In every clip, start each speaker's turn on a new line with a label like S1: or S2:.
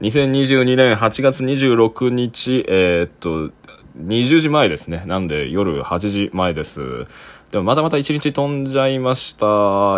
S1: 2022年8月26日、えーっと、20時前ですね。なんで夜8時前です。でもまたまた1日飛んじゃいました。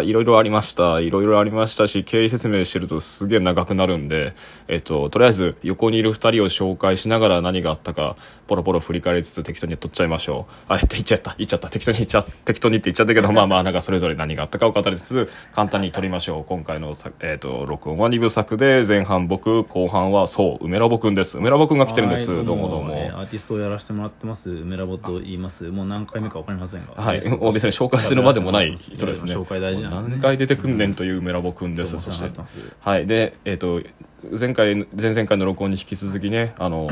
S1: いろいろありました。いろいろありましたし、経緯説明してるとすげえ長くなるんで、えっと、とりあえず横にいる2人を紹介しながら何があったか、ポロポロ振り返りつつ適当に取っちゃいましょう。あ、って言っちゃった。言っちゃった。適当に言っちゃ、適当にって言っちゃったけど、まあまあ、なんかそれぞれ何があったかを語りつつ、簡単に取りましょう。今回のさ、えっと、録音は2部作で、前半僕、後半はそう、梅ラボくんです。梅ラボくんが来てるんです。
S2: はい
S1: どうもどうも。
S2: えーアーティストをやらせてもらってます、梅ラボと言います。もう何回目か分かりませんが。
S1: はい、
S2: ゲスト
S1: もう別に紹介するまでもない
S2: として
S1: 人ですね。
S2: 紹介大事なんで、ね。
S1: 何回出てくんねんというメラボくんで
S2: ど
S1: す。
S2: うも
S1: そ
S2: お世話
S1: し
S2: になって
S1: て
S2: ま、す
S1: はい、で、えっ、と、前回、前々回の録音に引き続きね、あの、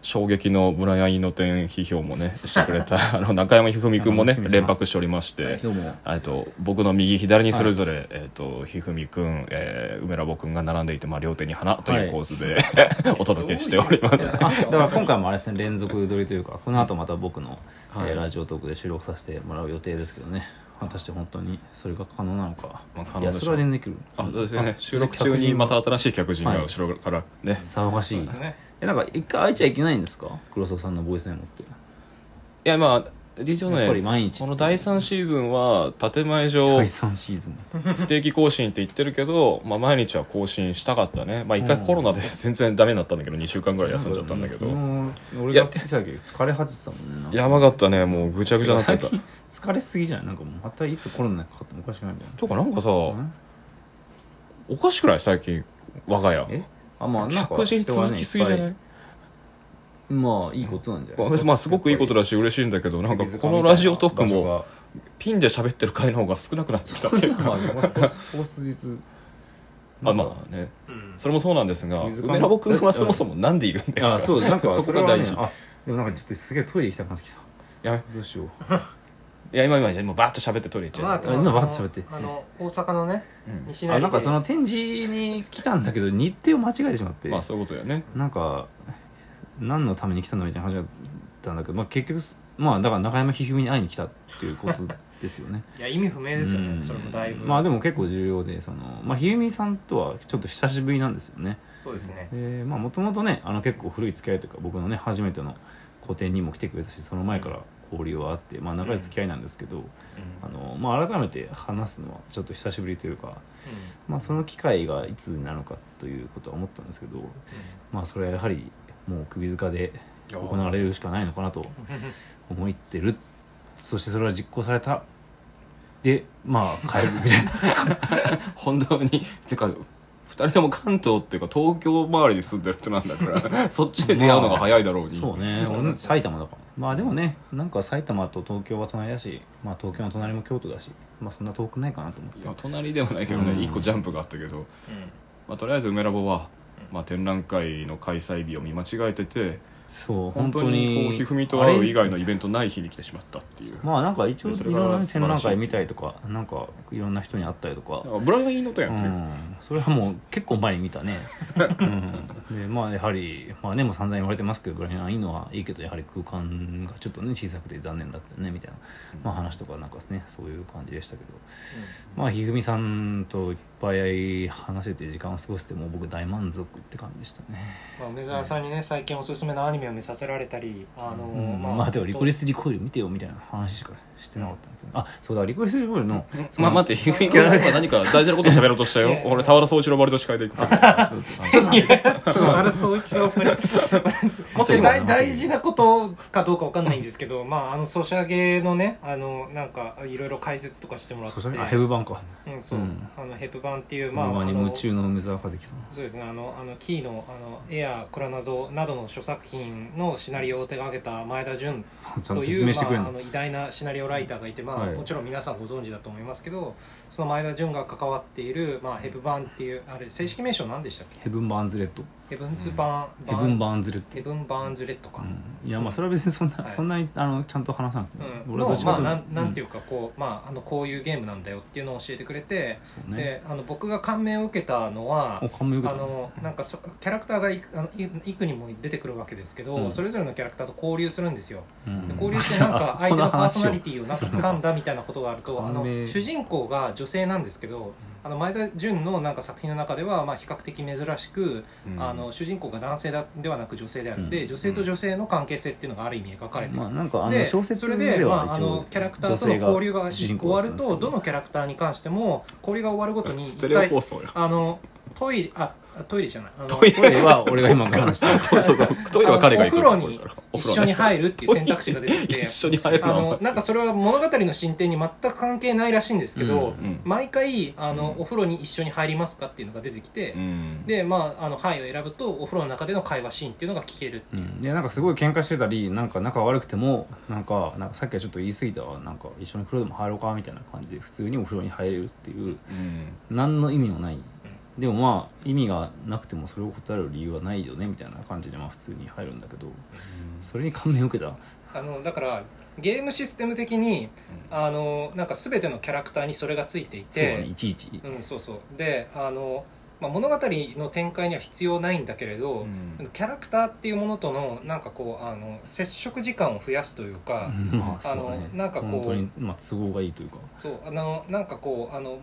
S1: 衝撃のブライアン・イノテン批評もね、してくれた、 あの、中山ひふみくんもね、
S2: 中山一二三
S1: 連泊しておりまして、
S2: どうも。
S1: えっと僕の右左にそれぞれ、えっとひふみくん、えー、梅ラボくんが並んでいて、まあ、両手に花という構図で、 お届けしております。
S2: あだから今回もあれですね連続撮りというかこの後また僕の、
S1: はい
S2: えーラジオトークで収録させてもらう予定ですけどね果たして本当にそれが可能なのか、
S1: まあ可能
S2: いや
S1: でしょう
S2: それは全然できる
S1: あそうですよね、収録中にまた新しい客人が後ろからね、
S2: 騒がしい、
S3: ね
S2: えなんか一回開いちゃいけないんですか黒沢さんのボイスメモって
S1: いやまあ一応
S2: やっぱ
S1: ね
S2: り毎日
S1: この第3シーズンは建前上
S2: 第3シーズン
S1: 不定期更新って言ってるけど、まあ、毎日は更新したかったねまあ一回コロナで 全然ダメになったんだけど2週間ぐらい休んじゃったんだけど
S2: 昨日
S1: い
S2: 俺
S1: や
S2: が来てたけど疲れ果ててたもんねなんか
S1: やばかったねもうぐちゃぐちゃになってた
S2: 最近疲れすぎじゃないなんかもうまたいつコロナにかかってもおかしくないみたい
S1: とかなんかさ
S2: な
S1: おかしくない最近我が家
S2: えあまあなんか
S1: 客人
S2: 人はね
S1: 続きすぎじゃない
S2: っぱいまあいいことなんじゃない
S1: まあまあすごくいいことだし嬉しいんだけどなんかこのラジオトークもピンで喋ってる回の方が少なくなってきたっていうか
S2: まあこここ数日
S1: あ まあねそれもそうなんですが
S2: 水
S1: 梅
S2: 上
S1: ラボ君はそもそもなんでいるんですか
S2: あそうなんか
S1: そこが
S2: れは
S1: 大
S2: ね
S1: 事
S2: あでもなんかちょっとすげえトイレ行きたくなってきた
S1: やめ
S2: どうしよう
S1: いや今今じゃ今バーッと喋ってトイレ行っち
S3: ま
S1: ゃ
S3: あ
S1: う、
S3: とは
S2: 今バッと喋って
S3: あの大阪のね
S1: うん
S3: 西成
S2: あ
S3: で
S2: なんかその展示に来たんだけど日程を間違えてしまって
S1: まあそういうことだよね
S2: なんか何のために来たのみたいな話だったんだけど、まあ、結局まあだから中山一二三に会いに来たっていうことですよね
S3: いや意味不明 ですよ
S2: う
S3: ね
S2: ん
S3: それもだいぶ
S2: まあでも結構重要でその、まあ、一二三さんとはちょっと久しぶりなんですよね
S3: そうですね
S2: でまあもともとねあの結構古い付き合いというか僕のね初めての個展にも来てくれたしその前から交流はあって、まあ、長い付き合いなんですけど、あのまあ、改めて話すのはちょっと久しぶりというか、まあ、その機会がいつになるのかということは思ったんですけど、まあ、それはやはりもう首塚で行われるしかないのかなと思ってるそしてそれは実行されたでまあ帰るみ たいな
S1: 本当にてか二人とも関東っていうか東京周りに住んでる人なんだから そっちで出会うのが早いだろうに、
S2: そうね俺も埼玉だからまあでもねなんか埼玉と東京は隣だし、まあ、東京の隣も京都だし、まあ、そんな遠くないかなと思って
S1: いや隣ではないけどね、
S2: うん
S1: 一個ジャンプがあったけど、まあ、とりあえず梅ラボは、まあ、展覧会の開催日を見間違えてて
S2: そう
S1: 本
S2: 本
S1: 当に
S2: 当
S1: こ
S2: に
S1: うひふみと会う以外のイベントない日に来てしまったっていう、
S2: まあなんか一応い
S1: そ
S2: ろ
S1: れ
S2: ん
S1: が
S2: なね
S1: 素晴
S2: 展
S1: らしい
S2: 覧会見たりとかなんかいろんな人に会ったりとか
S1: だからブライアン・イノトや
S2: うん
S1: ってる、
S2: んそれはもう結構前に見たね、うん、でまあやはりまあねもう散々言われてますけどグラフィアンいいのはいいけどやはり空間がちょっとね小さくて残念だったねみたいな、まあ、話とかなんかねそういう感じでしたけどまあひふみさんといっぱい話せて時間を過ごせてもう僕大満足って感じでしたね、
S3: まあ梅沢さんにね最近おすすめのアニメを見させられたりあの
S2: うんまあでもリコリス・リコイル見てよみたいな話しかしてなかったんだけどあそうだリコリス・リコイルのそ
S1: ま
S2: の
S1: あ待って、ひふみ君は何か大事なこと喋ろうと したよ。俺、田原総一郎バリと司会で行 くから。
S3: ちょっとあれそう一応プレイもっと大大事なことかどうかわかんないんですけどまああのソシャゲのねあのなんかいろいろ解説とかしてもらって
S2: そうそれあヘブ版か
S3: うんそう
S2: うん
S3: あのヘプ版っていう
S2: ま
S3: ま
S2: あ、
S3: ああ
S2: に
S3: の
S2: 夢中の梅沢和樹さん
S3: そうですねあのあのキーのあのエアクラなどなどの諸作品のシナリオを手掛けた前田純
S2: ちゃん
S3: と
S2: と
S3: い
S2: 説
S3: う
S2: 明してくれる
S3: まあ、あ
S2: の、
S3: の偉大なシナリオライターがいて、まあ
S2: はい
S3: もちろん皆さんご存知だと思いますけどその前田純が関わっている、まあ、ヘブバンっていうあれ正式名称何でしたっけ
S2: ヘブン・バーンズ・レッド
S3: ヘブンズバーン、
S2: ヘブン・
S3: バ
S2: バ
S3: ーン
S2: ーンズ・レッド
S3: ヘブンバーンズレッドか、
S2: うんいやまあそれは別にそんな、
S3: はい
S2: そんなにあのちゃんと話さなくても、
S3: うん
S2: 俺はどっ
S3: の
S2: ちか
S3: まあ
S2: というと
S3: なんなんていうかこう、まあ、あのこういうゲームなんだよっていうのを教えてくれて、
S2: うんそうね
S3: であの僕が感銘を受けたのは
S2: お感銘受
S3: あ
S2: けたね
S3: のなんかそキャラクターがいくあのいいくにも出てくるわけですけど、
S2: うん
S3: それぞれのキャラクターと交流するんですよ、
S2: うん
S3: で交流してなん
S2: あ
S3: か
S2: そこ
S3: 相手のパー
S2: 話を
S3: ソナリティをなんか掴んだみたいなことがあるとあ
S2: 感
S3: の
S2: 銘
S3: 主人公が女性なんですけど、あの前田純のなんか作品の中では、まあ、比較的珍しく、
S1: うん
S3: あの主人公が男性だではなく女性であるので、
S2: うん
S3: 女性と女性の関係性っていうのがある意味描かれてる
S2: まあなんかあの
S3: で
S2: 小
S3: そ
S2: 説
S3: れ
S2: で
S3: で、ま
S2: は
S3: あ、あ
S2: 一応
S3: のキャラクターとの交流が終わるとど
S2: の
S3: のキャラクターに関しても交流が終わるごとに
S1: ス
S3: 一
S1: テレオ
S3: 回
S1: 放送よ
S3: あのトイレあトイレじゃないあの
S1: トイレ
S2: これは俺が今話 した
S1: そうそうそうトイレは彼が行く
S3: あ
S1: か
S3: の
S1: ら
S3: お風呂に一緒に入るっていう選択肢が出て
S1: 一
S3: て
S1: 緒に入る
S3: あ
S1: の
S3: のなんかそれは物語の進展に全く関係ないらしいんですけど、
S1: うんうん
S3: 毎回あの、お風呂に一緒に入りますかっていうのが出てきて、
S1: うん
S3: でまああの範囲を選ぶとお風呂の中での会話シーンっていうのが聞ける
S2: うん、でなんかすごい喧嘩してたりなんか仲悪くてもなんかなんかさっきはちょっと言い過ぎたわなんか一緒に風呂でも入ろうかみたいな感じで普通にお風呂に入れるっていう
S1: うん
S2: 何の意味もないでもまあ意味がなくてもそれを断る理由はないよねみたいな感じでまあ普通に入るんだけどそれに感銘を受けた
S3: あのだからゲームシステム的にあのなんか全てのキャラクターにそれがついてい
S2: そうだね
S3: て
S2: いちいち
S3: そう,、ん、そうそうであの、まあ、物語の展開には必要ないんだけれど、
S1: うん
S3: キャラクターっていうものとのなんかこうあの接触時間を増やすというか、
S2: まあそうだね
S3: あのなんかこう
S2: 本当にまあ都合がいいというか
S3: そうあのなんかこうあの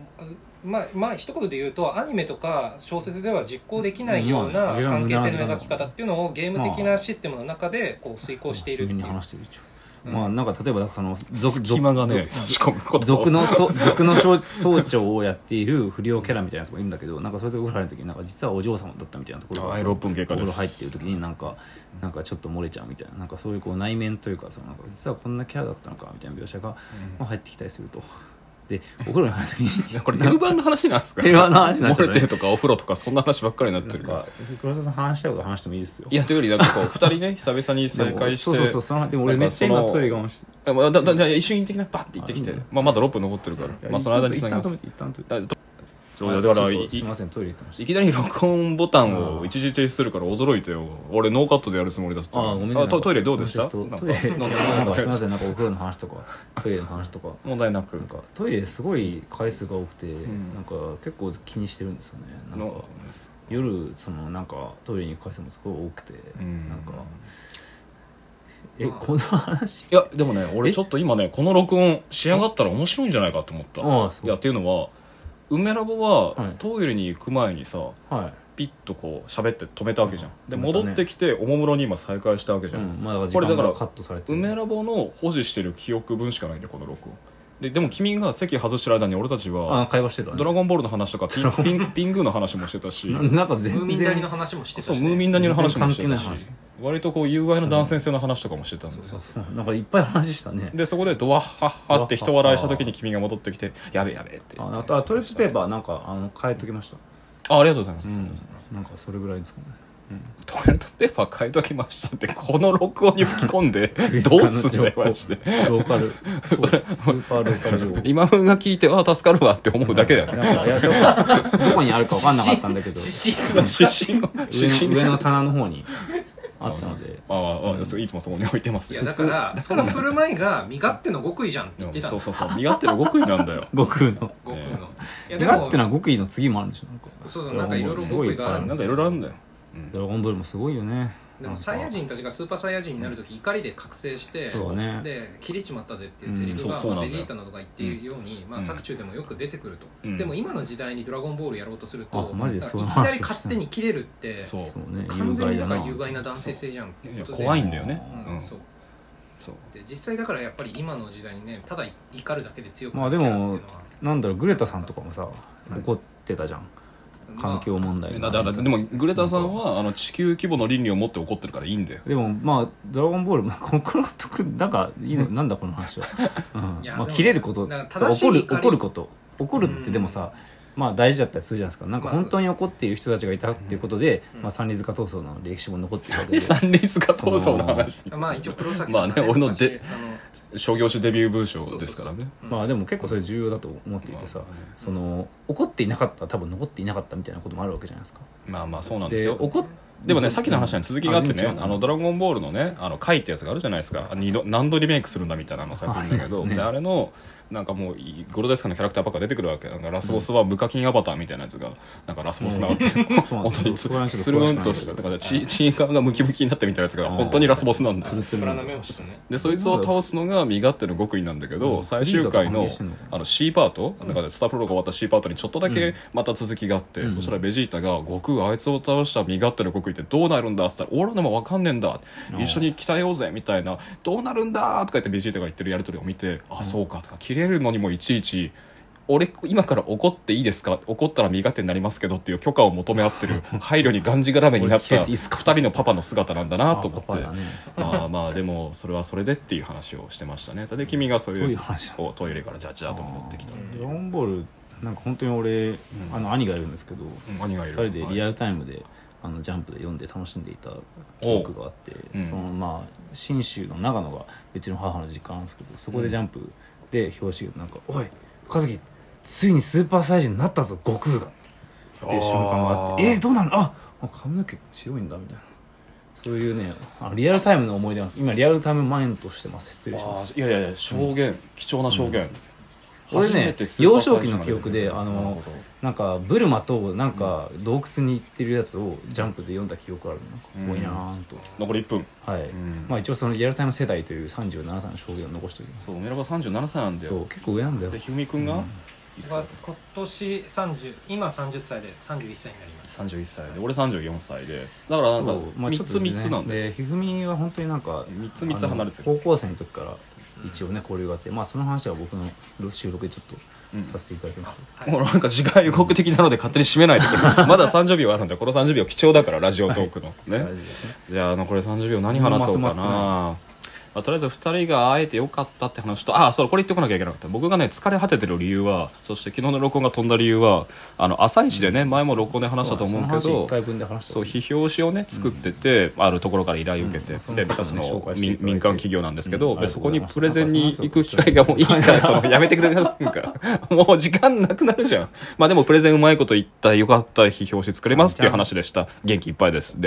S3: まあまあ一言で言うとアニメとか小説では実行できないような
S2: うんまあ
S3: 関
S2: ね
S3: 係性の描き方っていうのをゲーム的なシステムの中でこう遂行しているって
S2: 真
S3: い
S2: 面目に
S3: う
S2: 話してるでしょ
S3: うん
S2: まあなんか例えばなんかその続
S1: 隙間がね
S2: 続
S1: 差し込むこと
S2: 族のそ族の総総長をやっている不良キャラみたいなやつがいるんだけどなんかそいつがお風呂入る時になんか実はお嬢様だったみたいなところ
S1: は
S2: が
S1: い
S2: そ
S1: 6
S2: の
S1: 分経
S2: お
S1: 過
S2: 風
S1: で
S2: 呂
S1: す
S2: 入ってる時になんかなんかちょっと漏れちゃうみたいななんかそういうこう内面というかそのなんか実はこんなキャラだったのかみたいな描写が、まあ、入ってきたりするとでお風呂に入る時 に
S1: これ定番の話なんですか
S2: 定番の話になっちゃ
S1: 漏
S2: う
S1: れてるとかお風呂とかそんな話ばっかりになっ
S2: な
S1: て
S2: ん
S1: る
S2: か黒沢さん話したいこと話してもいいですよ
S1: いやというよりなんかこう2人ね久々に
S2: でも
S1: 再会して
S2: そうそうそうそのでも俺めっちゃ
S1: なん
S2: 今
S1: かその
S2: トイレ我慢して
S1: えまあだだじゃあ一瞬的なバッて行ってきて
S2: うん
S1: まあまだ6分残ってるからまあその間に
S2: 一
S1: 繋ぎ
S2: 旦
S1: ま
S2: 止め
S1: す
S2: て一旦止めて
S1: だだから
S2: ちょ
S1: い
S2: っとすいませんトイレ行ってました
S1: いきなり録音ボタンを一時停止するから驚いてよ俺ノーカットでやるつもりだった
S2: あごめんね
S1: トトイレどうでした
S2: ちょっと
S1: なん
S2: ト
S1: か
S2: イレなんかすいませんなんかお風呂の話とかトイレの話とか
S1: 問題な
S2: な
S1: く
S2: んかトイレすごい回数が多くて、
S1: ん
S2: なんか結構気にしてるんですよねなんか
S1: の
S2: 夜そのなんかトイレに行く回数もすごい多くて、
S1: うん
S2: なんかえ
S3: まあ
S2: この話
S1: いやでもね俺
S2: え
S1: ちょっと今ねこの録音仕上がったら面白いんじゃないかと思った
S2: ああそう
S1: いやっていうのは梅ラボ
S2: は
S1: はいトイレに行く前にさ、
S2: は
S1: ピッとこう喋って止めたわけじゃんで
S2: 止めたね
S1: 戻ってきておもむろに今再開したわけ
S2: い、
S1: じ
S2: う
S1: ゃん、
S2: んま
S1: こ
S2: あ、だから
S1: れ
S2: 時
S1: だか
S2: 間
S1: ら
S2: がカットされて
S1: 梅ラボの保持してる記憶分しかないんだよこの録音ででも君が席外してる間に俺たちは
S2: あ会話してた、ね、
S1: ドラゴンボールの話とかピンピンピングーの話もしてたし
S2: ななんか全
S3: ム
S2: 然
S3: ーミン谷の話もしてた
S1: そう
S3: し、
S1: ムーミン谷の話もしてたし
S2: 全然関係ない
S1: 割とこう有害な男性性の話とかもしてたんだよ
S3: そうそう
S2: そうなんかいっぱい話したね
S1: でそこでドワッハッハって人笑いした時に君が戻ってきて「やべえやべえ」って言っ
S2: あ
S1: て
S2: あとあトイレットペーパーなんかあの変えときました、
S1: あありがとうございます、
S2: う
S1: あり
S2: ん
S1: がとうございます、
S2: なんかそれぐらいですかね
S1: トイレットペーパー買いときましたってこの録音に吹き込ん でどうすんだよマジで
S2: ローカルそうスーパーローカル情報
S1: 今風が聞いて「ああ助かるわ」って思うだけだよね
S2: なんかいやどこどこにあるか分かんなかったんだけど
S3: 失神
S1: 指針を指
S2: 上
S1: 針あ
S2: の上の棚の方にあったので
S1: あああそういつもそこに置いてます
S3: い
S1: よ
S3: やだからその振る舞いが身勝手の極意じゃんって言ってた
S1: そ
S3: の
S1: うそうそう身勝手の極意なんだ よ
S2: 悟空の
S3: 極意のいやで
S2: 願
S3: も
S2: ってのは極意の次もあるんでしょなんか
S3: そうそうなんかいろいろ極意がある
S1: なんかいろいろあるんだよ
S2: ドラゴンボールもすごいよね
S3: でもサイヤ人たちがスーパーサイヤ人になる時怒りで覚醒して
S2: そうね
S3: で切れちまったぜっていうセリフ
S1: うん
S3: が
S1: そうそう
S3: ま
S1: な
S3: あ
S1: んだよ
S3: ベジータなどが言っているようにま
S1: う
S3: あ
S1: ん
S3: 作中でもよく出てくると
S1: うん
S3: でも今の時代に「ドラゴンボール」やろうとすると
S2: あマジで
S3: いき
S2: そう
S3: なり勝手に切れるって
S1: そう
S2: そうね
S3: 完全にだから
S2: 有
S3: 有
S2: 害
S3: 害な男性性じゃんっ
S1: い
S3: て
S1: や
S3: い
S1: いうや
S3: ことで
S1: 怖いんだよね
S3: うん
S1: うん
S3: そう
S1: そう
S3: で実際だからやっぱり今の時代にねただ怒るだけで強く
S2: まあ
S3: なっ
S2: で
S3: ちゃうってい
S2: も
S3: うのは
S2: なんだろうグレタさんとかもさ
S1: うん
S2: 怒ってたじゃん
S3: まあ
S2: 環境問題
S1: だからでもグレタさんはあの地球規模の倫理を持って怒ってるからいいんだよ
S2: でもまあ「ドラゴンボール」 もここのとこなんかいいのなんだこの 話は、うん
S3: いや
S2: まあ、
S3: でも
S2: 切れること
S3: なんか正しい
S2: 怒る
S3: 怒り
S2: 怒ること怒るってでもさ、まあ大事だったりするじゃないですかなんか
S3: まあそう
S2: 本当に怒っている人たちがいたっていうことで、
S3: うん
S2: まあ、三里塚闘争の歴史も残ってるわけ
S1: で
S2: で
S1: 三輪スカ闘争の話
S3: まあ一応黒崎
S1: ま
S3: さ
S1: あ
S3: んが
S1: ね
S3: ね
S1: 俺の
S3: 昔
S1: で
S3: あの
S1: 商業種デビュー文章ですからね
S2: まあでも結構それ重要だと思っていてさ、その怒っていなかったら多分残っていなかったみたいなこともあるわけじゃないですか
S1: まあまあそうなんです
S2: で
S1: よ
S2: 怒っ
S1: でもねさっきの話に続きがあってね「
S2: あ全然違う
S1: あ のドラゴンボール」のね「あの回」ってやつがあるじゃないですか二度何度リメイクするんだみたいなの作品だけ
S2: あ
S1: ど、
S2: りますね
S1: であれのなんかもういゴロデスカのキャラクターばっか出てくるわけなんかラスボスは無課金アバターみたいなやつがなんかラスボスなわけ、
S2: そうな ん
S1: 本
S2: です
S1: 当につ
S2: そこら辺
S1: つ
S2: ちょっ
S1: る
S2: 詳し
S1: ん
S2: くない
S1: としてだからチーチーカーがムキムキになってみたいなやつが
S2: あー
S1: 本当にラスボスなんだ
S2: つるつ
S3: つ
S2: る
S3: ぶら
S2: の
S3: な目をしてね
S1: でそいつを倒すのが身勝手の極意なんだけど、
S2: うん
S1: 最終回
S2: リー
S1: の
S2: ザと関係してんのかな
S1: あの C パート、なんかねスタープロが終わった C パートにちょっとだけまた続きがあって、
S2: うん
S1: そしたらベジータが「悟空あいつを倒した身勝手の極意ってどうなるんだ?」っつったら「俺のも分かんねえんだ
S2: うん
S1: 一緒に鍛えようぜ」みたいな「どうなるんだ?」とか言ってベジータが言ってるやり取りを見て「あそうか」とか「切れるのにもいちいち」俺今から怒っていいですか怒ったら身勝手になりますけどっていう許可を求め合ってる配慮にがんじがらめになっ
S2: 俺切れ
S1: た
S2: ていいっす
S1: 2
S2: か
S1: 人のパパの姿なんだなと思っ
S2: あパパ
S1: て
S2: だね
S1: まあまあでもそれはそれでっていう話をしてましたねで君がそう
S2: どう
S1: い
S2: いうう話
S1: こうトイレからジャッジャーと持ってきたんで
S2: ドラゴンボールなんか本当に俺、あの兄がいるんですけど、
S1: 兄がい
S2: 二
S1: る
S2: 人でリア
S1: ル
S2: ルタイムで、あのジャンプで読んで楽しんでいた記憶があって、
S1: おううん
S2: そのまあ信州の長野がうちの母の実家なんですけどそこでジャンプで表紙がなんか「おい和樹ついにスーパーサイジになったぞ悟空が」っていう瞬間があって「えー、どうなのああ髪の毛白いんだ」みたいな。そういうね、あのリアルタイムの思い出なんです。今リアルタイムマインドしてます。失礼します。
S1: いやいやいや証言、貴重な証言、
S2: 俺
S1: 初め
S2: ね
S1: てスーパ
S2: 幼
S1: ーサイ
S2: 少
S1: ズ
S2: 期の記憶であ
S1: なる
S2: の
S1: ほど
S2: なんかブルマとなんか洞窟に行ってるやつをジャンプで読んだ記憶あるのなんか
S1: うん
S2: ぼやーんと、
S1: 残り1分
S2: はい、
S1: ん
S2: まあ一応そのリアルタイム世代という37歳の証言を残しておきます
S1: そうおめらば37歳なんだ
S2: そう
S1: よ
S2: 結構上なんだよ
S1: でひふみくんが、いくつだった
S3: 今年30今30歳で31歳になります
S1: 31歳で俺34歳でだからなんか
S2: そうまあち
S1: 3
S2: ょっ
S1: つ
S2: とですね
S1: 3つなんで
S2: でひふみは本当になんか
S1: 三つ三つ離れてる
S2: あの高校生の時から一応ね交流があってまあその話は僕の収録でちょっとさせていただきます、
S3: はい
S1: もうなんか時間予告的なので勝手に締めないでくれまだ30秒あるんだよこの30秒貴重だからラジオトークの、ね、
S2: 大事ですね
S1: じゃあ残り30秒何話そう
S2: ま
S1: かな、
S2: とまってない
S1: まあ、とりあえず2人が会えてよかったって話とあそうこれ言ってこなきゃいけなかった僕がね疲れ果ててる理由はそして昨日の録音が飛んだ理由はあの朝一でね前も録音で話したと思うけ
S2: その話一
S1: ど
S2: 回分で話した
S1: そう批評紙をね作ってて、あるところから依頼を受けて、
S2: うん
S1: でまたその
S2: 紹介していただい
S1: 民
S2: て
S1: 民間企業なんですけど、
S2: うん
S1: で
S2: ありが
S1: そ
S2: と
S1: こ
S2: うござい
S1: に
S2: ます
S1: プレゼンに行く機会がもういいからそのやめてくれませんか もう時間なくなるじゃんまあでもプレゼンうまいこと言ったよかった批評紙作れますっていう話でした元気いっぱいですで